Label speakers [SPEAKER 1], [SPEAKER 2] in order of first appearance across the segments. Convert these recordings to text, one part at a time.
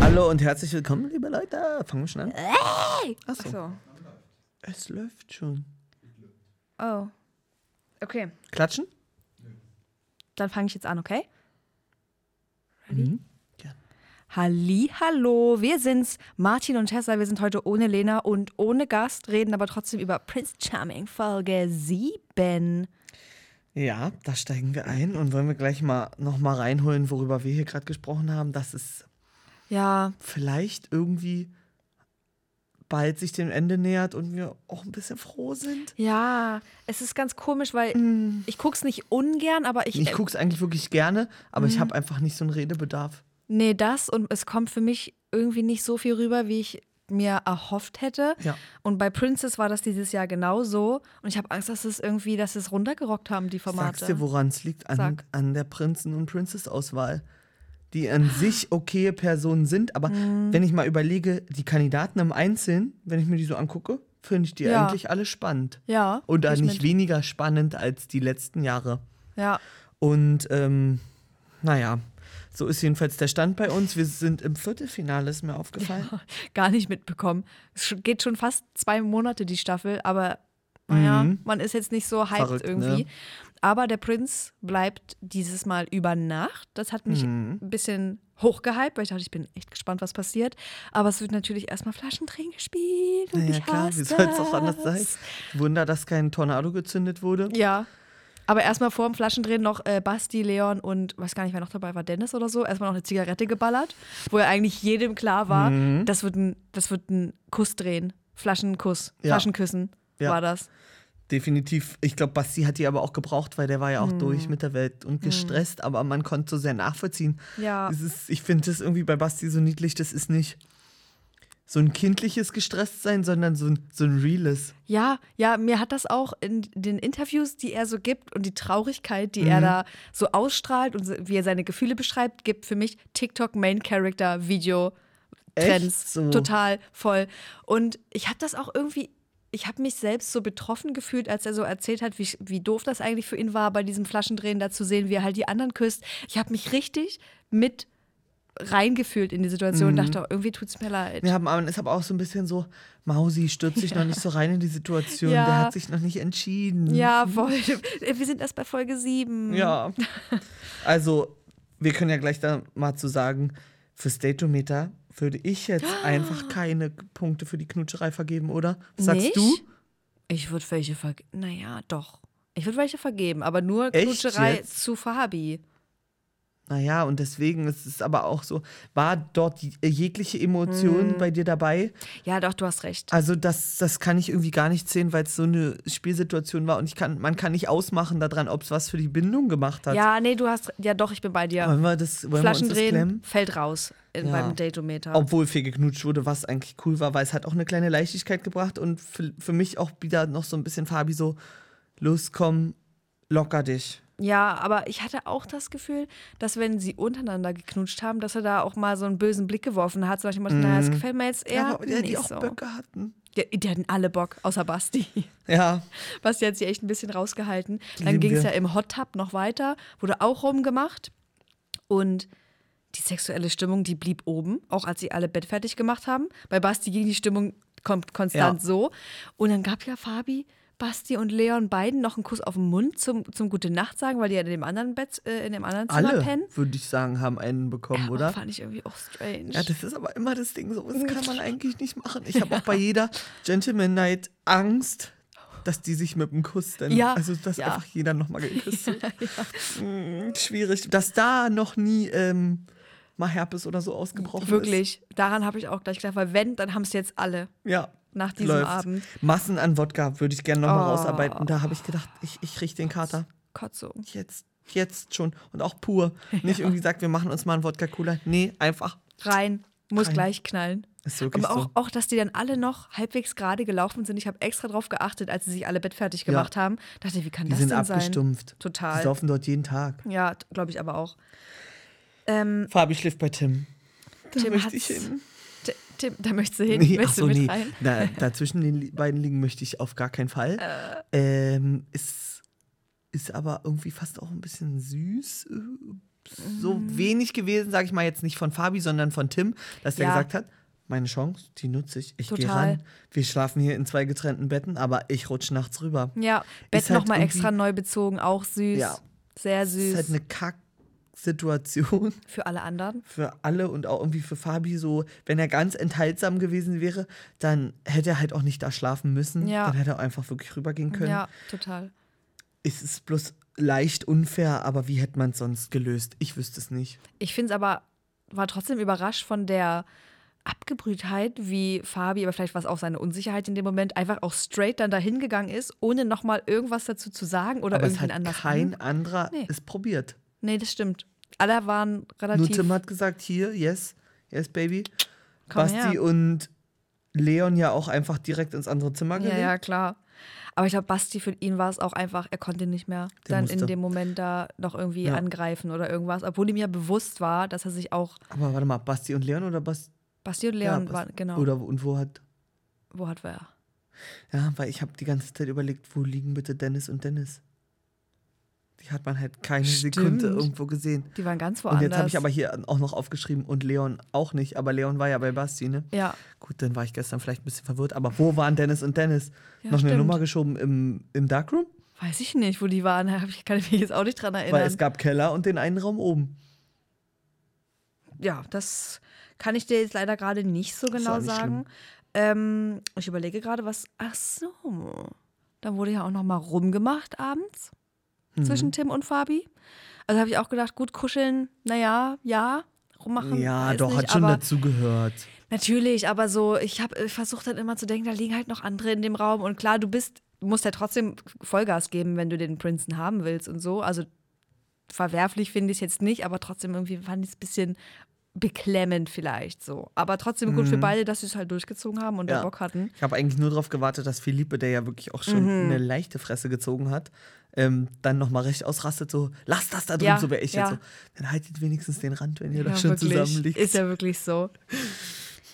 [SPEAKER 1] Hallo und herzlich willkommen, liebe Leute. Fangen wir schon an. Achso,
[SPEAKER 2] So.
[SPEAKER 1] es läuft schon.
[SPEAKER 2] Oh. Okay,
[SPEAKER 1] Klatschen?
[SPEAKER 2] dann fange ich jetzt an, okay? Mhm.
[SPEAKER 1] Gerne.
[SPEAKER 2] Halli, hallo, wir sind's, Martin und Tessa. Wir sind heute ohne Lena und ohne Gast, reden aber trotzdem über Prince Charming Folge 7.
[SPEAKER 1] Ja, da steigen wir ein und wollen wir gleich mal nochmal reinholen, worüber wir hier gerade gesprochen haben, dass es
[SPEAKER 2] Ja,
[SPEAKER 1] vielleicht irgendwie bald sich dem Ende nähert und wir auch ein bisschen froh sind. Hm,
[SPEAKER 2] ja, Mhm. es ist ganz komisch, weil ich guck's nicht ungern, aber ich, äh,
[SPEAKER 1] Ich gucke es eigentlich wirklich gerne, aber ich habe einfach nicht so einen Redebedarf.
[SPEAKER 2] Nee, das und es kommt für mich irgendwie nicht so viel rüber, wie ich mir erhofft hätte.
[SPEAKER 1] Ja.
[SPEAKER 2] Und bei Princess war das dieses Jahr genauso. Und ich habe Angst, dass es irgendwie, dass sie es runtergerockt haben, die
[SPEAKER 1] Ich
[SPEAKER 2] Formate.
[SPEAKER 1] Sagst dir, woran es liegt? An,
[SPEAKER 2] Sag.
[SPEAKER 1] an der Prinzen- und Princess-Auswahl. Die an sich okaye Personen sind, aber
[SPEAKER 2] Mhm.
[SPEAKER 1] wenn ich mal überlege, die Kandidaten im Einzelnen, wenn ich mir die so angucke, finde ich die
[SPEAKER 2] Ja.
[SPEAKER 1] eigentlich alle spannend.
[SPEAKER 2] ja.
[SPEAKER 1] Und
[SPEAKER 2] ich
[SPEAKER 1] nicht
[SPEAKER 2] mit.
[SPEAKER 1] weniger spannend als die letzten Jahre.
[SPEAKER 2] Ja.
[SPEAKER 1] Und ähm, naja, so ist jedenfalls der Stand bei uns. Wir sind im Viertelfinale, ist mir aufgefallen.
[SPEAKER 2] Gar nicht mitbekommen. Es sch- geht schon fast zwei Monate die Staffel, aber naja, man ist jetzt nicht so hyped
[SPEAKER 1] Mhm. Verrückt,
[SPEAKER 2] irgendwie.
[SPEAKER 1] ne?
[SPEAKER 2] Aber der Prinz bleibt dieses Mal über Nacht. Das hat mich
[SPEAKER 1] Mhm.
[SPEAKER 2] ein bisschen hochgehypt, weil ich dachte, ich bin echt gespannt, was passiert. Aber es wird natürlich erstmal Flaschendrehen gespielt. Und
[SPEAKER 1] naja,
[SPEAKER 2] ich
[SPEAKER 1] klar,
[SPEAKER 2] hasse
[SPEAKER 1] wie soll es auch anders sein?
[SPEAKER 2] es.
[SPEAKER 1] Wunder, dass kein Tornado gezündet wurde.
[SPEAKER 2] Ja. Aber erstmal vor dem Flaschendrehen noch äh, Basti, Leon und weiß gar nicht, wer noch dabei war, Dennis oder so, erstmal noch eine Zigarette geballert, wo ja eigentlich jedem klar war,
[SPEAKER 1] Mhm.
[SPEAKER 2] das, wird ein, das wird ein Kuss drehen. Flaschenkuss,
[SPEAKER 1] Ja.
[SPEAKER 2] Flaschenküssen
[SPEAKER 1] Ja.
[SPEAKER 2] war das.
[SPEAKER 1] Definitiv. Ich glaube, Basti hat die aber auch gebraucht, weil der war ja
[SPEAKER 2] Hm.
[SPEAKER 1] auch durch mit der Welt und gestresst, aber man konnte so sehr nachvollziehen.
[SPEAKER 2] Ja.
[SPEAKER 1] Es ist, ich finde das irgendwie bei Basti so niedlich, das ist nicht so ein kindliches Gestresstsein, sondern so ein, so ein reales.
[SPEAKER 2] Ja, ja, mir hat das auch in den Interviews, die er so gibt und die Traurigkeit, die er
[SPEAKER 1] Mhm.
[SPEAKER 2] da so ausstrahlt und so- wie er seine Gefühle beschreibt, gibt für mich TikTok Main Character Video
[SPEAKER 1] Echt
[SPEAKER 2] Trends
[SPEAKER 1] so?
[SPEAKER 2] total voll. Und ich habe das auch irgendwie ich habe mich selbst so betroffen gefühlt, als er so erzählt hat, wie, wie doof das eigentlich für ihn war, bei diesem Flaschendrehen da zu sehen, wie er halt die anderen küsst. Ich habe mich richtig mit reingefühlt in die Situation und dachte, oh, irgendwie tut es mir leid.
[SPEAKER 1] Mhm. Ja, aber es ist aber auch so ein bisschen so, Mausi stürzt sich noch nicht so rein in die Situation, der
[SPEAKER 2] Ja.
[SPEAKER 1] hat sich noch nicht entschieden.
[SPEAKER 2] Ja, voll. Wir sind erst bei Folge 7.
[SPEAKER 1] Ja. Also, wir können ja gleich da mal zu sagen, fürs Datometer würde ich jetzt einfach keine Punkte für die Knutscherei vergeben, oder? Was sagst
[SPEAKER 2] Nicht?
[SPEAKER 1] du?
[SPEAKER 2] Ich würde welche vergeben. Naja, doch. Ich würde welche vergeben, aber nur
[SPEAKER 1] Echt
[SPEAKER 2] Knutscherei
[SPEAKER 1] jetzt?
[SPEAKER 2] zu Fabi.
[SPEAKER 1] Naja, und deswegen ist es aber auch so, war dort die, äh, jegliche
[SPEAKER 2] Mhm.
[SPEAKER 1] Emotion bei dir dabei?
[SPEAKER 2] Ja, doch, du hast recht.
[SPEAKER 1] Also das, das kann ich irgendwie gar nicht sehen, weil es so eine Spielsituation war und ich kann, man kann nicht ausmachen daran, ob es was für die Bindung gemacht hat.
[SPEAKER 2] Ja, nee, du hast. Ja, doch, ich bin bei dir.
[SPEAKER 1] Ah, Wollen wir das, wollen wir uns das
[SPEAKER 2] Flaschendrehen
[SPEAKER 1] klemmen?
[SPEAKER 2] fällt raus in,
[SPEAKER 1] Ja.
[SPEAKER 2] beim Datometer.
[SPEAKER 1] Obwohl viel geknutscht wurde, was eigentlich cool war, weil es hat auch eine kleine Leichtigkeit gebracht und für, für mich auch wieder noch so ein bisschen Fabi so, los komm, locker dich.
[SPEAKER 2] Ja, aber ich hatte auch das Gefühl, dass wenn sie untereinander geknutscht haben, dass er da auch mal so einen bösen Blick geworfen hat. Zum Beispiel, mhm. naja, das gefällt mir jetzt eher.
[SPEAKER 1] Ja, aber die, die
[SPEAKER 2] nicht
[SPEAKER 1] auch
[SPEAKER 2] so.
[SPEAKER 1] Böcke hatten.
[SPEAKER 2] Ja, die hatten alle Bock, außer Basti.
[SPEAKER 1] Ja,
[SPEAKER 2] Basti hat sie echt ein bisschen rausgehalten.
[SPEAKER 1] Lieben
[SPEAKER 2] Dann ging es
[SPEAKER 1] wir.
[SPEAKER 2] ja im Hot Tub noch weiter, wurde auch rumgemacht. Und die sexuelle Stimmung, die blieb oben, auch als sie alle Bett fertig gemacht haben. Bei Basti ging die Stimmung kon konstant
[SPEAKER 1] Ja.
[SPEAKER 2] so. Und dann gab ja Fabi, Basti und Leon beiden noch einen Kuss auf den Mund zum, zum Gute Nacht sagen, weil die ja in dem anderen Bett, äh, in dem anderen Zimmer
[SPEAKER 1] alle,
[SPEAKER 2] pennen.
[SPEAKER 1] würde ich sagen, haben einen bekommen,
[SPEAKER 2] Oh,
[SPEAKER 1] oder?
[SPEAKER 2] Fand ich irgendwie auch strange.
[SPEAKER 1] Ja, das ist aber immer das Ding, so das kann man eigentlich nicht machen. Ich habe auch bei jeder Gentleman Night Angst, dass die sich mit einem Kuss dann,
[SPEAKER 2] Ja,
[SPEAKER 1] also dass
[SPEAKER 2] ja.
[SPEAKER 1] einfach jeder nochmal geküsst wird. Mm, Schwierig, dass da noch nie ähm, mal Herpes oder so ausgebrochen ist.
[SPEAKER 2] Wirklich, daran habe ich auch gleich gedacht, weil wenn, dann haben es jetzt alle.
[SPEAKER 1] Ja.
[SPEAKER 2] Nach diesem Abend.
[SPEAKER 1] Massen an Wodka würde ich gerne nochmal
[SPEAKER 2] Oh.
[SPEAKER 1] rausarbeiten. Da habe ich gedacht, ich, ich riech den Kater.
[SPEAKER 2] Kotzo.
[SPEAKER 1] Jetzt, jetzt schon. Und auch pur. Nicht irgendwie sagt, wir machen uns mal einen Wodka-Cola. Nee, einfach.
[SPEAKER 2] rein, muss
[SPEAKER 1] Rein.
[SPEAKER 2] gleich knallen.
[SPEAKER 1] Ist wirklich
[SPEAKER 2] Aber auch,
[SPEAKER 1] so.
[SPEAKER 2] auch, dass die dann alle noch halbwegs gerade gelaufen sind. Ich habe extra drauf geachtet, als sie sich alle bettfertig
[SPEAKER 1] Ja.
[SPEAKER 2] gemacht haben. Dachte, wie kann
[SPEAKER 1] Die
[SPEAKER 2] das
[SPEAKER 1] sind
[SPEAKER 2] denn
[SPEAKER 1] abgestumpft.
[SPEAKER 2] sein? Total.
[SPEAKER 1] Die saufen dort jeden Tag.
[SPEAKER 2] Ja, glaube ich aber auch. Ähm,
[SPEAKER 1] Fabi schläft bei Tim. Da
[SPEAKER 2] Tim
[SPEAKER 1] möchte ich
[SPEAKER 2] hat's-
[SPEAKER 1] hin.
[SPEAKER 2] Ti- Tim, da möchtest du hin?
[SPEAKER 1] Nee,
[SPEAKER 2] möchtest
[SPEAKER 1] achso,
[SPEAKER 2] du mit
[SPEAKER 1] nee.
[SPEAKER 2] rein? Äh.
[SPEAKER 1] Na, dazwischen den li- beiden liegen möchte ich auf gar keinen Fall. Ähm, ist Ist aber irgendwie fast auch ein bisschen süß. äh, So
[SPEAKER 2] Mhm.
[SPEAKER 1] wenig gewesen, sage ich mal jetzt nicht von Fabi, sondern von Tim, dass der
[SPEAKER 2] Ja.
[SPEAKER 1] gesagt hat, meine Chance, die nutze ich. Ich gehe
[SPEAKER 2] Total.
[SPEAKER 1] ran. Wir schlafen hier in zwei getrennten Betten, aber ich rutsche nachts rüber.
[SPEAKER 2] Ja, Bett
[SPEAKER 1] halt
[SPEAKER 2] nochmal extra
[SPEAKER 1] irgendwie-
[SPEAKER 2] neu bezogen, auch süß.
[SPEAKER 1] Ja.
[SPEAKER 2] Sehr
[SPEAKER 1] Das ist
[SPEAKER 2] süß.
[SPEAKER 1] halt eine Kack-Situation
[SPEAKER 2] Für alle anderen.
[SPEAKER 1] für alle und auch irgendwie für Fabi so, wenn er ganz enthaltsam gewesen wäre, dann hätte er halt auch nicht da schlafen müssen.
[SPEAKER 2] Ja.
[SPEAKER 1] Dann hätte er auch einfach wirklich rübergehen können.
[SPEAKER 2] Ja, total.
[SPEAKER 1] Es ist bloß leicht unfair, aber wie hätte man es sonst gelöst? Ich wüsste es nicht.
[SPEAKER 2] Ich finde es aber, war trotzdem überrascht von der Abgebrühtheit, wie Fabi, aber vielleicht war es auch seine Unsicherheit in dem Moment, einfach auch straight dann dahin gegangen ist, ohne nochmal irgendwas dazu zu sagen oder
[SPEAKER 1] aber es
[SPEAKER 2] irgendwen
[SPEAKER 1] hat
[SPEAKER 2] anders.
[SPEAKER 1] kein
[SPEAKER 2] an.
[SPEAKER 1] anderer
[SPEAKER 2] Nee.
[SPEAKER 1] es probiert.
[SPEAKER 2] Nee, das stimmt. Alle waren
[SPEAKER 1] Nur
[SPEAKER 2] relativ.
[SPEAKER 1] Tim hat gesagt, hier, yes, yes, baby.
[SPEAKER 2] Komm
[SPEAKER 1] Basti
[SPEAKER 2] her.
[SPEAKER 1] und Leon ja auch einfach direkt ins andere Zimmer
[SPEAKER 2] ja,
[SPEAKER 1] gelegt.
[SPEAKER 2] ja, klar. Aber ich glaube, Basti, für ihn war es auch einfach, er konnte nicht mehr
[SPEAKER 1] Der
[SPEAKER 2] dann
[SPEAKER 1] musste.
[SPEAKER 2] in dem Moment da noch irgendwie
[SPEAKER 1] Ja.
[SPEAKER 2] angreifen oder irgendwas, obwohl ihm ja bewusst war, dass er sich auch,
[SPEAKER 1] Aber warte mal, Basti und Leon oder Basti?
[SPEAKER 2] Basti und Leon
[SPEAKER 1] ja,
[SPEAKER 2] waren,
[SPEAKER 1] Basti.
[SPEAKER 2] genau,
[SPEAKER 1] Oder und wo hat
[SPEAKER 2] wo hat er?
[SPEAKER 1] Ja, weil ich habe die ganze Zeit überlegt, wo liegen bitte Dennis und Dennis? Die hat man halt keine
[SPEAKER 2] Stimmt.
[SPEAKER 1] Sekunde irgendwo gesehen.
[SPEAKER 2] Die waren ganz
[SPEAKER 1] Und
[SPEAKER 2] woanders.
[SPEAKER 1] jetzt habe ich aber hier auch noch aufgeschrieben und Leon auch nicht, aber Leon war ja bei Basti, ne?
[SPEAKER 2] ja,
[SPEAKER 1] Gut, dann war ich gestern vielleicht ein bisschen verwirrt, aber wo waren Dennis und Dennis?
[SPEAKER 2] Ja,
[SPEAKER 1] noch eine
[SPEAKER 2] stimmt.
[SPEAKER 1] Nummer geschoben im, im Darkroom?
[SPEAKER 2] weiß ich nicht, wo die waren, hab ich, kann ich mich jetzt auch nicht dran erinnern.
[SPEAKER 1] Weil es gab Keller und den einen Raum oben.
[SPEAKER 2] ja, das kann ich dir jetzt leider gerade nicht so
[SPEAKER 1] ist
[SPEAKER 2] genau
[SPEAKER 1] auch nicht
[SPEAKER 2] sagen. Ähm, ich überlege gerade, was. Ach so. Dann wurde ja auch noch mal rumgemacht abends
[SPEAKER 1] Mhm.
[SPEAKER 2] zwischen Tim und Fabi. Also habe ich auch gedacht, gut kuscheln, naja, ja, rummachen.
[SPEAKER 1] ja,
[SPEAKER 2] weiß
[SPEAKER 1] doch,
[SPEAKER 2] nicht,
[SPEAKER 1] hat schon
[SPEAKER 2] aber
[SPEAKER 1] dazu gehört.
[SPEAKER 2] Natürlich, aber so, ich habe versucht dann immer zu denken, da liegen halt noch andere in dem Raum. Und klar, du bist, du musst ja trotzdem Vollgas geben, wenn du den Prinzen haben willst und so. Also verwerflich finde ich es jetzt nicht, aber trotzdem irgendwie fand ich es ein bisschen beklemmend vielleicht so. Aber trotzdem gut für beide, dass sie es halt durchgezogen haben und
[SPEAKER 1] Mhm. Ja.
[SPEAKER 2] da Bock hatten.
[SPEAKER 1] Ich habe eigentlich nur darauf gewartet, dass Philippe, der ja wirklich auch schon
[SPEAKER 2] Mhm.
[SPEAKER 1] eine leichte Fresse gezogen hat, ähm, dann nochmal recht ausrastet, so, lass das da drin,
[SPEAKER 2] Ja,
[SPEAKER 1] so wäre ich
[SPEAKER 2] ja.
[SPEAKER 1] jetzt so. Dann haltet wenigstens den Rand, wenn ihr da schon zusammenliegt. Hm.
[SPEAKER 2] Ist ja wirklich so.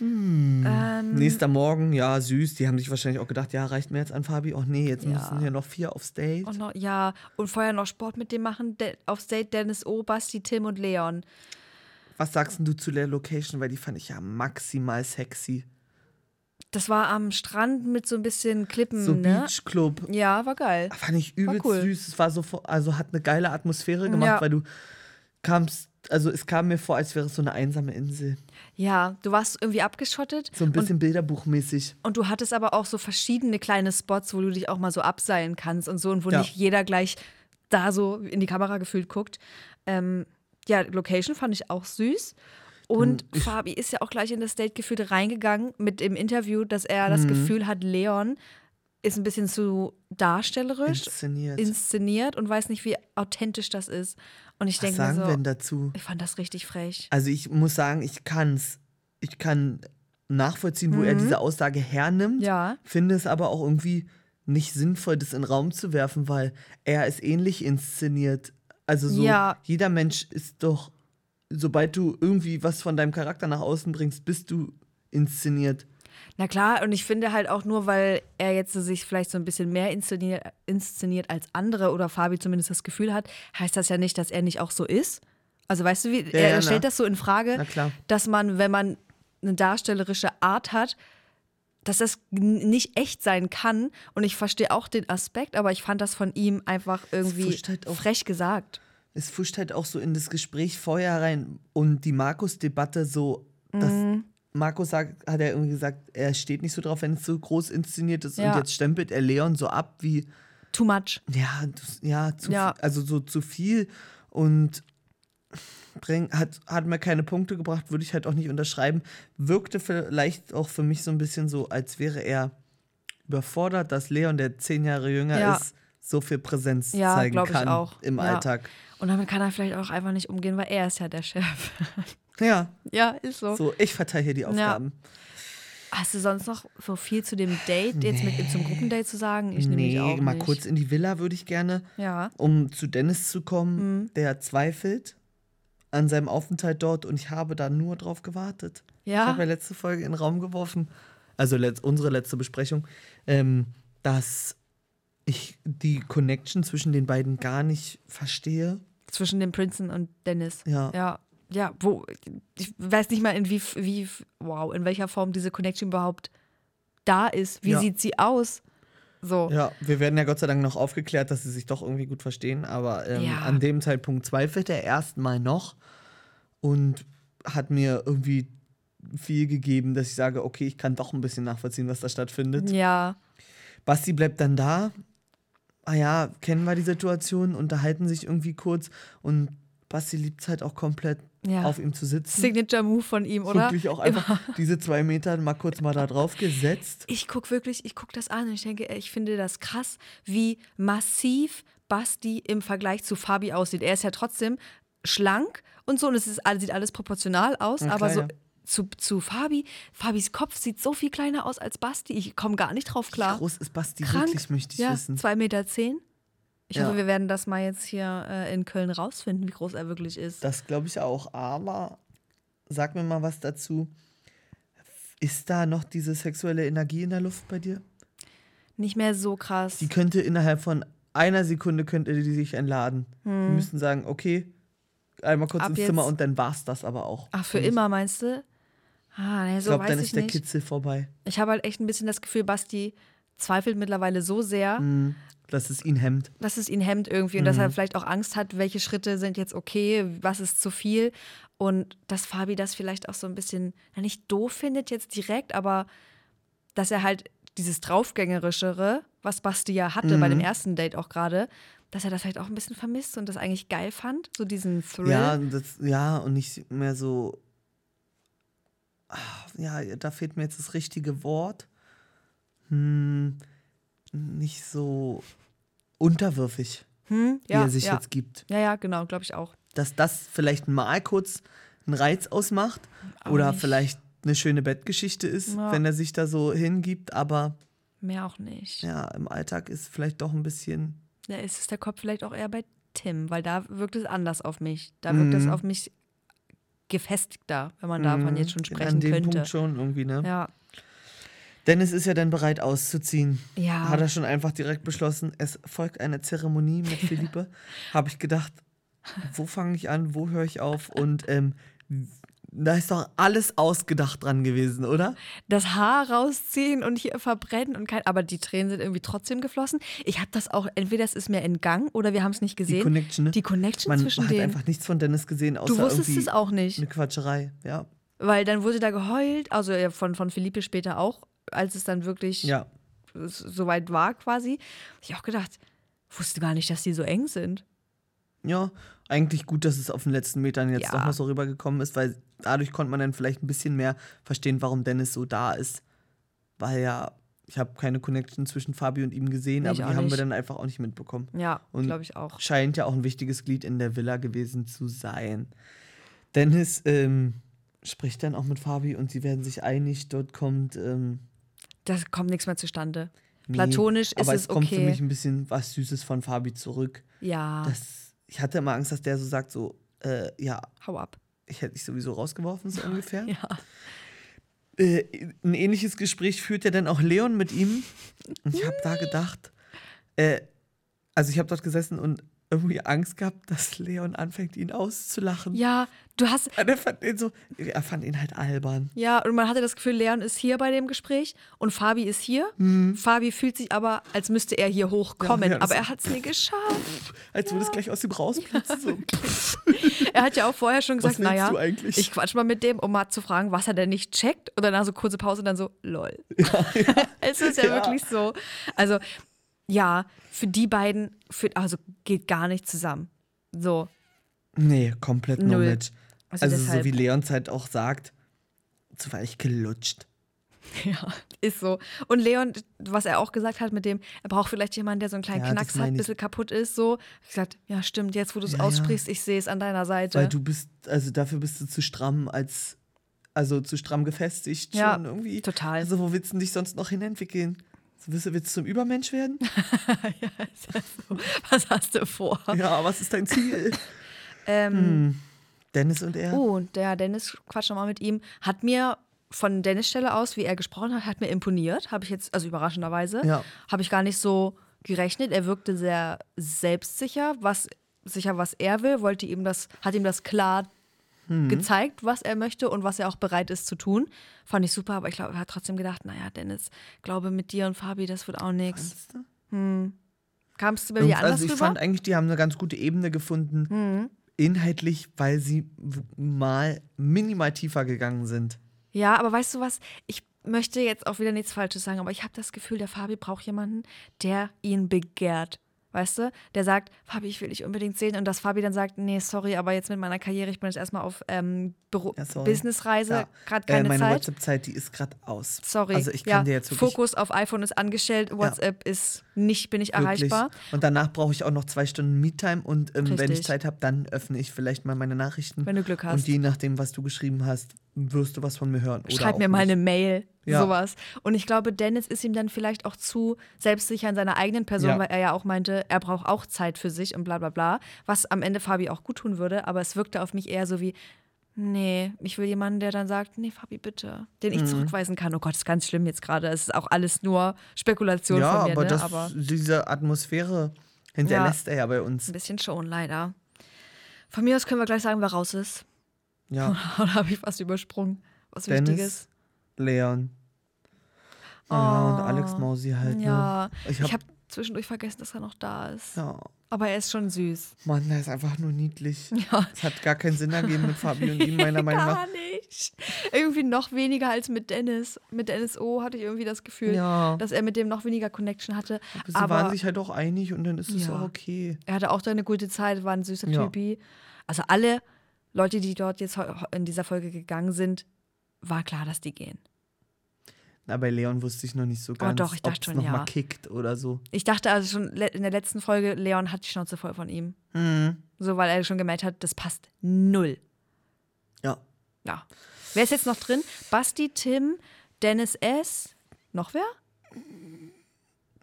[SPEAKER 2] Ähm,
[SPEAKER 1] Nächster Morgen, ja, süß. Die haben sich wahrscheinlich auch gedacht, ja, reicht mir jetzt an Fabi. Oh nee, jetzt
[SPEAKER 2] Ja. Oh,
[SPEAKER 1] müssen hier noch vier aufs Date.
[SPEAKER 2] und noch, ja, und vorher noch Sport mit dem machen, De aufs Date Dennis O, Basti, Tim und Leon.
[SPEAKER 1] Was sagst denn du zu der Location? Weil die fand ich ja maximal sexy.
[SPEAKER 2] Das war am Strand mit so ein bisschen Klippen,
[SPEAKER 1] So
[SPEAKER 2] ne?
[SPEAKER 1] Beachclub.
[SPEAKER 2] Ja, war geil.
[SPEAKER 1] Fand ich übelst
[SPEAKER 2] cool.
[SPEAKER 1] süß. Es war so, vo- also hat eine geile Atmosphäre gemacht,
[SPEAKER 2] Ja.
[SPEAKER 1] weil du kamst, also es kam mir vor, als wäre es so eine einsame Insel.
[SPEAKER 2] Ja, du warst irgendwie abgeschottet
[SPEAKER 1] So ein bisschen bilderbuchmäßig.
[SPEAKER 2] und du hattest aber auch so verschiedene kleine Spots, wo du dich auch mal so abseilen kannst und so und wo
[SPEAKER 1] Ja.
[SPEAKER 2] nicht jeder gleich da so in die Kamera gefühlt guckt. Ähm, ja, Location fand ich auch süß. Und
[SPEAKER 1] Hm,
[SPEAKER 2] Fabi ist ja auch gleich in das Date gefühlt reingegangen mit dem Interview, dass er
[SPEAKER 1] Mhm.
[SPEAKER 2] das Gefühl hat, Leon ist ein bisschen zu darstellerisch
[SPEAKER 1] Inszeniert.
[SPEAKER 2] inszeniert und weiß nicht, wie authentisch das ist. Und ich
[SPEAKER 1] Was
[SPEAKER 2] denke mir
[SPEAKER 1] sagen wir
[SPEAKER 2] so,
[SPEAKER 1] denn dazu?
[SPEAKER 2] ich fand das richtig frech.
[SPEAKER 1] Also ich muss sagen, ich kann's. Ich kann nachvollziehen, wo er diese Aussage hernimmt.
[SPEAKER 2] Mhm. Ja.
[SPEAKER 1] Finde es aber auch irgendwie nicht sinnvoll, das in den Raum zu werfen, weil er ist ähnlich inszeniert. Also so,
[SPEAKER 2] Ja.
[SPEAKER 1] jeder Mensch ist doch, sobald du irgendwie was von deinem Charakter nach außen bringst, bist du inszeniert.
[SPEAKER 2] Na klar, und ich finde halt auch nur, weil er jetzt so sich vielleicht so ein bisschen mehr inszeniert, inszeniert als andere oder Fabi zumindest das Gefühl hat, heißt das ja nicht, dass er nicht auch so ist. Also weißt du, wie er
[SPEAKER 1] ja, na.
[SPEAKER 2] stellt das so in Frage,
[SPEAKER 1] Na klar.
[SPEAKER 2] dass man, wenn man eine darstellerische Art hat, dass das n- nicht echt sein kann. Und ich verstehe auch den Aspekt, aber ich fand das von ihm einfach irgendwie
[SPEAKER 1] furcht halt auch-
[SPEAKER 2] frech gesagt.
[SPEAKER 1] Es fuscht halt auch so in das Gespräch vorher rein und die Markus-Debatte so, dass
[SPEAKER 2] Mhm.
[SPEAKER 1] Markus sagt, hat er irgendwie gesagt, er steht nicht so drauf, wenn es so groß inszeniert ist
[SPEAKER 2] Ja.
[SPEAKER 1] und jetzt stempelt er Leon so ab wie,
[SPEAKER 2] Too much.
[SPEAKER 1] ja, das, ja, zu
[SPEAKER 2] Ja.
[SPEAKER 1] Viel, also so zu viel und bring, hat, hat mir keine Punkte gebracht, würde ich halt auch nicht unterschreiben. Wirkte vielleicht auch für mich so ein bisschen so, als wäre er überfordert, dass Leon, der zehn Jahre jünger
[SPEAKER 2] Ja.
[SPEAKER 1] ist, so viel Präsenz
[SPEAKER 2] Ja,
[SPEAKER 1] zeigen
[SPEAKER 2] glaub ich
[SPEAKER 1] kann
[SPEAKER 2] auch.
[SPEAKER 1] im
[SPEAKER 2] Ja.
[SPEAKER 1] Alltag.
[SPEAKER 2] Und damit kann er vielleicht auch einfach nicht umgehen, weil er ist ja der Chef.
[SPEAKER 1] Ja,
[SPEAKER 2] ja, ist so.
[SPEAKER 1] so, ich verteile hier die Aufgaben.
[SPEAKER 2] Hast du sonst noch so viel zu dem Date jetzt mit ihm zum Gruppendate zu sagen? Ich nehme
[SPEAKER 1] nee,
[SPEAKER 2] mich auch
[SPEAKER 1] mal
[SPEAKER 2] nicht.
[SPEAKER 1] kurz in die Villa würde ich gerne,
[SPEAKER 2] Ja.
[SPEAKER 1] um zu Dennis zu kommen,
[SPEAKER 2] Mhm.
[SPEAKER 1] der zweifelt an seinem Aufenthalt dort und ich habe da nur drauf gewartet.
[SPEAKER 2] Ja.
[SPEAKER 1] Ich halt habe ja letzte Folge in den Raum geworfen, also letz unsere letzte Besprechung, ähm, dass ich die Connection zwischen den beiden gar nicht verstehe.
[SPEAKER 2] Zwischen dem Prinzen und Dennis.
[SPEAKER 1] Ja.
[SPEAKER 2] Ja, ja, wo, ich weiß nicht mal, in wie, wie, wow, in welcher Form diese Connection überhaupt da ist. Wie
[SPEAKER 1] Ja.
[SPEAKER 2] sieht sie aus? So.
[SPEAKER 1] Ja, wir werden ja Gott sei Dank noch aufgeklärt, dass sie sich doch irgendwie gut verstehen, aber ähm,
[SPEAKER 2] Ja.
[SPEAKER 1] an dem Zeitpunkt zweifelt er erstmal noch und hat mir irgendwie viel gegeben, dass ich sage, okay, ich kann doch ein bisschen nachvollziehen, was da stattfindet.
[SPEAKER 2] Ja.
[SPEAKER 1] Basti bleibt dann da. Ah ja, kennen wir die Situation, unterhalten sich irgendwie kurz und Basti liebt es halt auch komplett,
[SPEAKER 2] Ja.
[SPEAKER 1] auf ihm zu sitzen.
[SPEAKER 2] Signature Move von ihm, oder?
[SPEAKER 1] Wirklich auch einfach diese zwei Meter mal kurz mal da drauf gesetzt.
[SPEAKER 2] Ich gucke wirklich, ich gucke das an und ich denke, ey, ich finde das krass, wie massiv Basti im Vergleich zu Fabi aussieht. Er ist ja trotzdem schlank und so und es ist, alles- sieht alles proportional aus,
[SPEAKER 1] Und
[SPEAKER 2] aber so
[SPEAKER 1] kleiner.
[SPEAKER 2] zu, zu Fabi, Fabis Kopf sieht so viel kleiner aus als Basti. Ich komme gar nicht drauf
[SPEAKER 1] Wie
[SPEAKER 2] klar.
[SPEAKER 1] groß ist Basti
[SPEAKER 2] Krank.
[SPEAKER 1] wirklich, möchte ich
[SPEAKER 2] ja,
[SPEAKER 1] wissen.
[SPEAKER 2] 2,10 Meter. Zehn. Ich
[SPEAKER 1] Ja.
[SPEAKER 2] hoffe, wir werden das mal jetzt hier äh, in Köln rausfinden, wie groß er wirklich ist.
[SPEAKER 1] Das glaube ich auch. Aber sag mir mal was dazu. Ist da noch diese sexuelle Energie in der Luft bei dir?
[SPEAKER 2] nicht mehr so krass.
[SPEAKER 1] Die könnte innerhalb von einer Sekunde könnte die sich entladen. Wir müssen sagen, okay, einmal kurz
[SPEAKER 2] Hm. Ab
[SPEAKER 1] ins
[SPEAKER 2] jetzt-
[SPEAKER 1] Zimmer und dann war's das aber auch.
[SPEAKER 2] Ach, für
[SPEAKER 1] Und
[SPEAKER 2] immer meinst du? Ah, nee,
[SPEAKER 1] Ich
[SPEAKER 2] so
[SPEAKER 1] glaube,
[SPEAKER 2] weiß
[SPEAKER 1] dann
[SPEAKER 2] ich
[SPEAKER 1] ist der
[SPEAKER 2] nicht.
[SPEAKER 1] Kitzel vorbei.
[SPEAKER 2] Ich habe halt echt ein bisschen das Gefühl, Basti zweifelt mittlerweile so sehr,
[SPEAKER 1] Mhm. Dass es ihn hemmt.
[SPEAKER 2] dass es ihn hemmt irgendwie und dass er vielleicht auch Angst hat, welche Schritte sind jetzt okay, was ist zu viel. Und dass Fabi das vielleicht auch so ein bisschen, na, nicht doof findet jetzt direkt, aber dass er halt dieses Draufgängerischere, was Basti ja hatte bei
[SPEAKER 1] Mhm.
[SPEAKER 2] dem ersten Date auch gerade, dass er das vielleicht auch ein bisschen vermisst und das eigentlich geil fand, so diesen Thrill.
[SPEAKER 1] Ja, das, ja, und nicht mehr so. Ah, Ja, da fehlt mir jetzt das richtige Wort. Hm, nicht so unterwürfig,
[SPEAKER 2] hm?
[SPEAKER 1] wie er sich
[SPEAKER 2] ja.
[SPEAKER 1] jetzt gibt.
[SPEAKER 2] ja, ja, genau, glaube ich auch.
[SPEAKER 1] Dass das vielleicht mal kurz einen Reiz ausmacht
[SPEAKER 2] Aber
[SPEAKER 1] oder
[SPEAKER 2] nicht-
[SPEAKER 1] vielleicht eine schöne Bettgeschichte ist,
[SPEAKER 2] Ja.
[SPEAKER 1] wenn er sich da so hingibt, aber
[SPEAKER 2] Mehr auch nicht.
[SPEAKER 1] ja, im Alltag ist vielleicht doch ein bisschen.
[SPEAKER 2] Da ist es der Kopf vielleicht auch eher bei Tim, weil da wirkt es anders auf mich. Da wirkt es
[SPEAKER 1] Mhm.
[SPEAKER 2] auf mich gefestigter, wenn man davon jetzt schon sprechen
[SPEAKER 1] hm, An dem
[SPEAKER 2] könnte.
[SPEAKER 1] Punkt schon irgendwie, ne?
[SPEAKER 2] Ja.
[SPEAKER 1] Dennis ist ja dann bereit auszuziehen.
[SPEAKER 2] Ja.
[SPEAKER 1] Hat er schon einfach direkt beschlossen, es folgt eine Zeremonie mit Philippe. Habe ich gedacht, wo fange ich an, wo höre ich auf? Und ähm, da ist doch alles ausgedacht dran gewesen, oder?
[SPEAKER 2] Das Haar rausziehen und hier verbrennen und kein. Aber die Tränen sind irgendwie trotzdem geflossen. Ich habe das auch, entweder es ist mir entgangen oder wir haben es nicht
[SPEAKER 1] Die
[SPEAKER 2] gesehen.
[SPEAKER 1] Connection, ne?
[SPEAKER 2] Die Connection
[SPEAKER 1] Man
[SPEAKER 2] zwischen
[SPEAKER 1] hat
[SPEAKER 2] denen.
[SPEAKER 1] einfach nichts von Dennis gesehen, außer
[SPEAKER 2] Du wusstest
[SPEAKER 1] irgendwie
[SPEAKER 2] es auch nicht.
[SPEAKER 1] eine Quatscherei. Ja,
[SPEAKER 2] Weil dann wurde da geheult, also ja, von, von Felipe später auch, als es dann wirklich
[SPEAKER 1] ja.
[SPEAKER 2] s- soweit war quasi. Hab Ich auch gedacht, wusste gar nicht, dass die so eng sind.
[SPEAKER 1] Ja, eigentlich gut, dass es auf den letzten Metern jetzt
[SPEAKER 2] Ja.
[SPEAKER 1] doch noch so rübergekommen ist, weil dadurch konnte man dann vielleicht ein bisschen mehr verstehen, warum Dennis so da ist. Weil ja, ich habe keine Connection zwischen Fabi und ihm gesehen,
[SPEAKER 2] Ich
[SPEAKER 1] aber die
[SPEAKER 2] auch
[SPEAKER 1] haben wir
[SPEAKER 2] nicht.
[SPEAKER 1] dann einfach auch nicht mitbekommen.
[SPEAKER 2] Ja,
[SPEAKER 1] Und-
[SPEAKER 2] glaube ich auch.
[SPEAKER 1] Scheint ja auch ein wichtiges Glied in der Villa gewesen zu sein. Dennis ähm, spricht dann auch mit Fabi und sie werden sich einig, dort kommt. Ähm,
[SPEAKER 2] Da kommt nichts mehr zustande.
[SPEAKER 1] nee,
[SPEAKER 2] Platonisch ist
[SPEAKER 1] aber
[SPEAKER 2] es
[SPEAKER 1] kommt für
[SPEAKER 2] okay. Ah.
[SPEAKER 1] mich ein bisschen was Süßes von Fabi zurück.
[SPEAKER 2] Ja,
[SPEAKER 1] Das, ich hatte immer Angst, dass der so sagt, so, äh, ja,
[SPEAKER 2] hau ab.
[SPEAKER 1] ich hätte dich sowieso rausgeworfen, so ungefähr.
[SPEAKER 2] Ja.
[SPEAKER 1] Äh, ein ähnliches Gespräch führt ja dann auch Leon mit ihm. Und ich habe da gedacht, äh, also ich habe dort gesessen und irgendwie Angst gehabt, dass Leon anfängt, ihn auszulachen.
[SPEAKER 2] Ja, du hast.
[SPEAKER 1] Und Er, fand ihn so, er fand ihn halt albern.
[SPEAKER 2] Ja, und man hatte das Gefühl, Leon ist hier bei dem Gespräch und Fabi ist hier. Fabi fühlt sich aber, als müsste er hier hochkommen.
[SPEAKER 1] Mhm. Ja, ja,
[SPEAKER 2] aber
[SPEAKER 1] das-
[SPEAKER 2] er hat es nie geschafft.
[SPEAKER 1] Als würde es gleich aus ihm rausplatzen. So, pff,
[SPEAKER 2] Er hat ja auch vorher schon
[SPEAKER 1] was
[SPEAKER 2] gesagt,
[SPEAKER 1] willst
[SPEAKER 2] naja,
[SPEAKER 1] du eigentlich?
[SPEAKER 2] ich quatsch mal mit dem, um mal zu fragen, was er denn nicht checkt. Und danach so kurze Pause und dann so, lol. es ist ja,
[SPEAKER 1] Ja.
[SPEAKER 2] wirklich so. Also, ja, für die beiden, für, also geht gar nicht zusammen. So.
[SPEAKER 1] nee, komplett no
[SPEAKER 2] Null.
[SPEAKER 1] match.
[SPEAKER 2] Also
[SPEAKER 1] Also,
[SPEAKER 2] deshalb-
[SPEAKER 1] so wie Leons halt auch sagt, so war ich gelutscht.
[SPEAKER 2] Ja, ist so. Und Leon, was er auch gesagt hat mit dem, er braucht vielleicht jemanden, der so einen kleinen
[SPEAKER 1] Ja, das
[SPEAKER 2] Knacks hat, ein
[SPEAKER 1] meine ich.
[SPEAKER 2] bisschen kaputt ist, so. Ich hab gesagt, ja, stimmt, jetzt wo du es
[SPEAKER 1] Ja, ja.
[SPEAKER 2] aussprichst, ich sehe es an deiner Seite.
[SPEAKER 1] Weil du bist, also dafür bist du zu stramm als, also zu stramm gefestigt
[SPEAKER 2] Ja,
[SPEAKER 1] schon irgendwie.
[SPEAKER 2] total.
[SPEAKER 1] Also wo willst du dich sonst noch hinentwickeln? So, willst, du, willst du zum Übermensch werden?
[SPEAKER 2] was hast du vor?
[SPEAKER 1] ja, was ist dein Ziel?
[SPEAKER 2] Ähm,
[SPEAKER 1] Dennis und er.
[SPEAKER 2] Oh, und der Dennis, quatsch nochmal mit ihm, hat mir von Dennis Stelle aus, wie er gesprochen hat, hat mir imponiert. Habe ich jetzt, also überraschenderweise,
[SPEAKER 1] Ja.
[SPEAKER 2] habe ich gar nicht so gerechnet. Er wirkte sehr selbstsicher, was sicher, was er will, wollte ihm das, hat ihm das klar
[SPEAKER 1] Mhm.
[SPEAKER 2] gezeigt, was er möchte und was er auch bereit ist zu tun. Fand ich super, aber ich glaube, er hat trotzdem gedacht, naja, Dennis, glaube mit dir und Fabi, das wird auch nichts.
[SPEAKER 1] Meinst du?
[SPEAKER 2] Kamst du bei
[SPEAKER 1] Irgendwie-
[SPEAKER 2] dir anders
[SPEAKER 1] also ich
[SPEAKER 2] rüber? Mhm.
[SPEAKER 1] fand eigentlich, die haben eine ganz gute Ebene gefunden, inhaltlich, weil sie w- mal minimal tiefer gegangen sind.
[SPEAKER 2] Ja, aber weißt du was? Ich möchte jetzt auch wieder nichts Falsches sagen, aber ich habe das Gefühl, der Fabi braucht jemanden, der ihn begehrt. Weißt du? Der sagt, Fabi, ich will dich unbedingt sehen. Und dass Fabi dann sagt, nee, sorry, aber jetzt mit meiner Karriere, ich bin jetzt erstmal auf ähm, Büro
[SPEAKER 1] Ja, sorry.
[SPEAKER 2] Businessreise,
[SPEAKER 1] Ja.
[SPEAKER 2] gerade
[SPEAKER 1] äh,
[SPEAKER 2] keine
[SPEAKER 1] meine
[SPEAKER 2] Zeit.
[SPEAKER 1] WhatsApp-Zeit, die ist gerade aus.
[SPEAKER 2] sorry.
[SPEAKER 1] Also ich
[SPEAKER 2] ja,
[SPEAKER 1] kann dir jetzt wirklich,
[SPEAKER 2] Fokus auf iPhone ist angestellt, WhatsApp ist nicht, bin ich
[SPEAKER 1] wirklich
[SPEAKER 2] erreichbar.
[SPEAKER 1] und danach brauche ich auch noch zwei Stunden Me-Time und ähm, wenn ich
[SPEAKER 2] Richtig.
[SPEAKER 1] Zeit habe, dann öffne ich vielleicht mal meine Nachrichten.
[SPEAKER 2] Wenn du Glück hast.
[SPEAKER 1] Und je nachdem, was du geschrieben hast, wirst du was von mir hören.
[SPEAKER 2] Schreib
[SPEAKER 1] oder
[SPEAKER 2] mir
[SPEAKER 1] auch
[SPEAKER 2] mal
[SPEAKER 1] nicht.
[SPEAKER 2] eine Mail,
[SPEAKER 1] Ja.
[SPEAKER 2] sowas. Und ich glaube, Dennis ist ihm dann vielleicht auch zu selbstsicher in seiner eigenen Person,
[SPEAKER 1] Ja.
[SPEAKER 2] weil er ja auch meinte, er braucht auch Zeit für sich und bla bla bla. Was am Ende Fabi auch gut tun würde, aber es wirkte auf mich eher so wie, nee, ich will jemanden, der dann sagt, nee, Fabi, bitte. Den
[SPEAKER 1] Mhm.
[SPEAKER 2] ich zurückweisen kann. Oh Gott, ist ganz schlimm jetzt gerade. Es ist auch alles nur Spekulation
[SPEAKER 1] Ja,
[SPEAKER 2] von mir,
[SPEAKER 1] aber,
[SPEAKER 2] ne?
[SPEAKER 1] das,
[SPEAKER 2] aber
[SPEAKER 1] diese Atmosphäre hinterlässt er ja bei uns.
[SPEAKER 2] ein bisschen schon, leider. Von mir aus können wir gleich sagen, wer raus ist.
[SPEAKER 1] Ja,
[SPEAKER 2] Oder habe ich was übersprungen? Was
[SPEAKER 1] Ah. Dennis,
[SPEAKER 2] Wichtiges? Oh.
[SPEAKER 1] Leon. Ja, und Alex Mausi halt. Ne?
[SPEAKER 2] Ja,
[SPEAKER 1] Ich hab-
[SPEAKER 2] ich habe zwischendurch vergessen, dass er noch da ist.
[SPEAKER 1] Ja.
[SPEAKER 2] Aber er ist schon süß.
[SPEAKER 1] Mann, der ist einfach nur niedlich.
[SPEAKER 2] Ja.
[SPEAKER 1] Es hat gar keinen Sinn ergeben mit Fabi und ihm, meiner Meinung nach.
[SPEAKER 2] Gar nicht. Irgendwie noch weniger als mit Dennis. Mit Dennis O hatte ich irgendwie das Gefühl,
[SPEAKER 1] Ja.
[SPEAKER 2] dass er mit dem noch weniger Connection hatte.
[SPEAKER 1] Sie waren
[SPEAKER 2] Aber
[SPEAKER 1] sich halt auch einig und dann ist es
[SPEAKER 2] Ja.
[SPEAKER 1] auch okay.
[SPEAKER 2] er hatte auch da eine gute Zeit, war ein süßer
[SPEAKER 1] Ja.
[SPEAKER 2] Typi. Also alle Leute, die dort jetzt heu- in dieser Folge gegangen sind, war klar, dass die gehen.
[SPEAKER 1] Na, bei Leon wusste ich noch nicht so ganz,
[SPEAKER 2] Oh, doch, ich dachte
[SPEAKER 1] ob's
[SPEAKER 2] schon,
[SPEAKER 1] noch
[SPEAKER 2] ja.
[SPEAKER 1] mal kickt oder so.
[SPEAKER 2] Ich dachte also schon le- in der letzten Folge, Leon hat die Schnauze voll von ihm.
[SPEAKER 1] Hm.
[SPEAKER 2] So, weil er schon gemerkt hat, das passt null.
[SPEAKER 1] Ja.
[SPEAKER 2] Ja. Wer ist jetzt noch drin? Basti, Tim, Dennis S. Noch wer?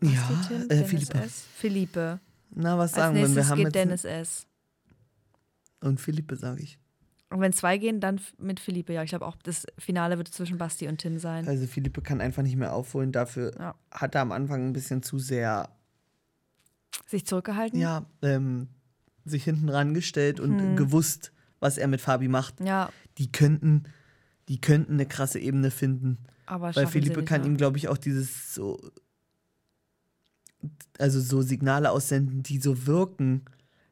[SPEAKER 1] Ja,
[SPEAKER 2] Tim,
[SPEAKER 1] äh,
[SPEAKER 2] Dennis
[SPEAKER 1] Philippe.
[SPEAKER 2] S. Philippe.
[SPEAKER 1] Na, was
[SPEAKER 2] Als
[SPEAKER 1] sagen wir? Wir
[SPEAKER 2] nächstes
[SPEAKER 1] haben
[SPEAKER 2] geht
[SPEAKER 1] jetzt
[SPEAKER 2] Dennis S.
[SPEAKER 1] und Philippe sage ich.
[SPEAKER 2] Und wenn zwei gehen, dann f- mit Philippe. Ja, ich glaube auch, das Finale wird zwischen Basti und Tim sein.
[SPEAKER 1] Also Philippe kann einfach nicht mehr aufholen. Dafür
[SPEAKER 2] Ja.
[SPEAKER 1] hat er am Anfang ein bisschen zu sehr
[SPEAKER 2] Sich zurückgehalten?
[SPEAKER 1] ja, ähm, sich hinten rangestellt und
[SPEAKER 2] Mhm.
[SPEAKER 1] gewusst, was er mit Fabi macht.
[SPEAKER 2] Ja,
[SPEAKER 1] Die könnten, die könnten eine krasse Ebene finden.
[SPEAKER 2] aber
[SPEAKER 1] Weil
[SPEAKER 2] schaffen sie
[SPEAKER 1] Philippe
[SPEAKER 2] nicht,
[SPEAKER 1] kann
[SPEAKER 2] ne?
[SPEAKER 1] ihm, glaube ich, auch dieses so, also so Signale aussenden, die so wirken,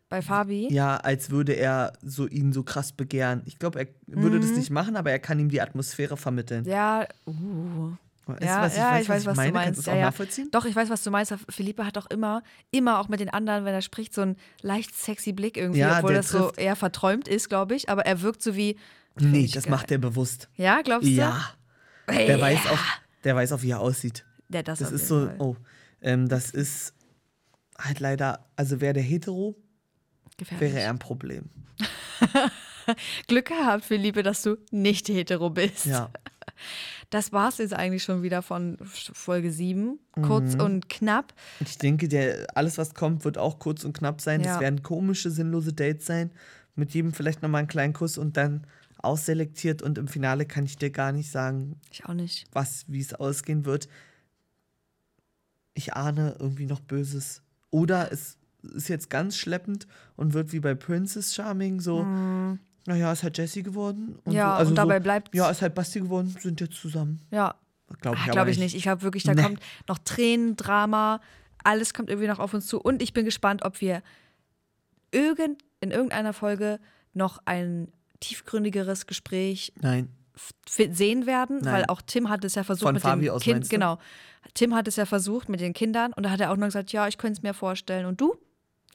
[SPEAKER 2] Bei Fabi?
[SPEAKER 1] ja, als würde er so ihn so krass begehren. Ich glaube, er würde
[SPEAKER 2] Mhm.
[SPEAKER 1] das nicht machen, aber er kann ihm die Atmosphäre vermitteln.
[SPEAKER 2] Ja, uh.
[SPEAKER 1] Weißt du,
[SPEAKER 2] ja,
[SPEAKER 1] was
[SPEAKER 2] ja, ich weiß, was du
[SPEAKER 1] Kannst du
[SPEAKER 2] meinst.
[SPEAKER 1] es
[SPEAKER 2] Ja,
[SPEAKER 1] auch
[SPEAKER 2] ja.
[SPEAKER 1] nachvollziehen?
[SPEAKER 2] Doch, ich weiß, was du meinst. aber Philippe hat auch immer, immer auch mit den anderen, wenn er spricht, so einen leicht sexy Blick irgendwie,
[SPEAKER 1] Ja,
[SPEAKER 2] obwohl
[SPEAKER 1] der
[SPEAKER 2] das so
[SPEAKER 1] trifft-
[SPEAKER 2] eher verträumt ist, glaube ich. Aber er wirkt so wie. find
[SPEAKER 1] Nee,
[SPEAKER 2] ich
[SPEAKER 1] das
[SPEAKER 2] geil.
[SPEAKER 1] macht er bewusst.
[SPEAKER 2] Ja, glaubst du?
[SPEAKER 1] Ja, der weiß auch, der weiß auch, wie er aussieht.
[SPEAKER 2] Ja, das,
[SPEAKER 1] Das
[SPEAKER 2] auf
[SPEAKER 1] ist
[SPEAKER 2] jeden
[SPEAKER 1] so,
[SPEAKER 2] Fall.
[SPEAKER 1] oh, ähm, das ist halt leider, also wäre der hetero,
[SPEAKER 2] gefährlich.
[SPEAKER 1] wäre er ein Problem.
[SPEAKER 2] Glück gehabt, Philippe, dass du nicht hetero bist.
[SPEAKER 1] Ja.
[SPEAKER 2] Das war's jetzt eigentlich schon wieder von Folge 7.
[SPEAKER 1] Mhm.
[SPEAKER 2] Kurz und knapp.
[SPEAKER 1] Ich denke, der, alles, was kommt, wird auch kurz und knapp sein. Es
[SPEAKER 2] Ja.
[SPEAKER 1] werden komische, sinnlose Dates sein. Mit jedem vielleicht nochmal einen kleinen Kuss und dann ausselektiert. Und im Finale kann ich dir gar nicht sagen,
[SPEAKER 2] Ich auch nicht.
[SPEAKER 1] was, wie es ausgehen wird. Ich ahne irgendwie noch Böses. Oder es ist jetzt ganz schleppend und wird wie bei Princess Charming so, naja, ist halt Jessie geworden. Und
[SPEAKER 2] Mhm. Ja,
[SPEAKER 1] so,
[SPEAKER 2] und dabei
[SPEAKER 1] so,
[SPEAKER 2] bleibt's.
[SPEAKER 1] Ja, ist halt Basti geworden, sind jetzt zusammen.
[SPEAKER 2] Ja,
[SPEAKER 1] Glaube ich,
[SPEAKER 2] ah,
[SPEAKER 1] aber
[SPEAKER 2] glaube ich nicht. Ich glaube wirklich, da
[SPEAKER 1] Nee.
[SPEAKER 2] kommt noch Tränen, Drama, alles kommt irgendwie noch auf uns zu. Und ich bin gespannt, ob wir irgend, in irgendeiner Folge noch ein tiefgründigeres Gespräch
[SPEAKER 1] Nein.
[SPEAKER 2] f- sehen werden,
[SPEAKER 1] Nein.
[SPEAKER 2] weil auch Tim hat es ja versucht
[SPEAKER 1] Von
[SPEAKER 2] mit
[SPEAKER 1] Fabi
[SPEAKER 2] den
[SPEAKER 1] aus,
[SPEAKER 2] Kind-
[SPEAKER 1] meinst du?
[SPEAKER 2] genau. Tim hat es ja versucht mit den Kindern und da hat er auch noch gesagt, ja, ich könnte es mir vorstellen. Und du?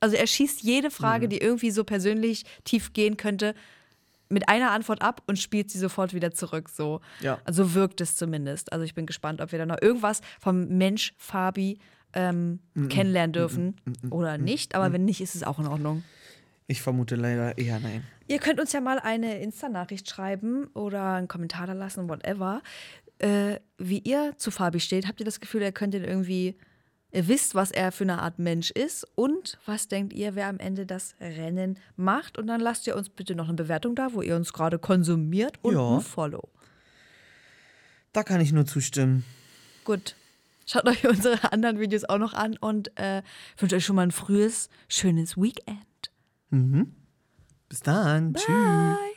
[SPEAKER 2] Also er schießt jede Frage,
[SPEAKER 1] Mhm.
[SPEAKER 2] die irgendwie so persönlich tief gehen könnte, mit einer Antwort ab und spielt sie sofort wieder zurück. So
[SPEAKER 1] Ja.
[SPEAKER 2] also wirkt es zumindest. Also ich bin gespannt, ob wir da noch irgendwas vom Mensch Fabi ähm, kennenlernen dürfen oder nicht. Aber wenn nicht, ist es auch in Ordnung.
[SPEAKER 1] Ich vermute leider eher nein.
[SPEAKER 2] Ihr könnt uns ja mal eine Insta-Nachricht schreiben oder einen Kommentar da lassen, whatever. Äh, wie ihr zu Fabi steht, habt ihr das Gefühl, ihr könnt ihn irgendwie, ihr wisst, was er für eine Art Mensch ist und was denkt ihr, wer am Ende das Rennen macht? Und dann lasst ihr uns bitte noch eine Bewertung da, wo ihr uns gerade konsumiert und
[SPEAKER 1] Ja.
[SPEAKER 2] ein Follow.
[SPEAKER 1] Da kann ich nur zustimmen.
[SPEAKER 2] Gut. Schaut euch unsere anderen Videos auch noch an und äh, wünsche euch schon mal ein frühes, schönes Weekend.
[SPEAKER 1] Mhm. Bis dann. Tschüss.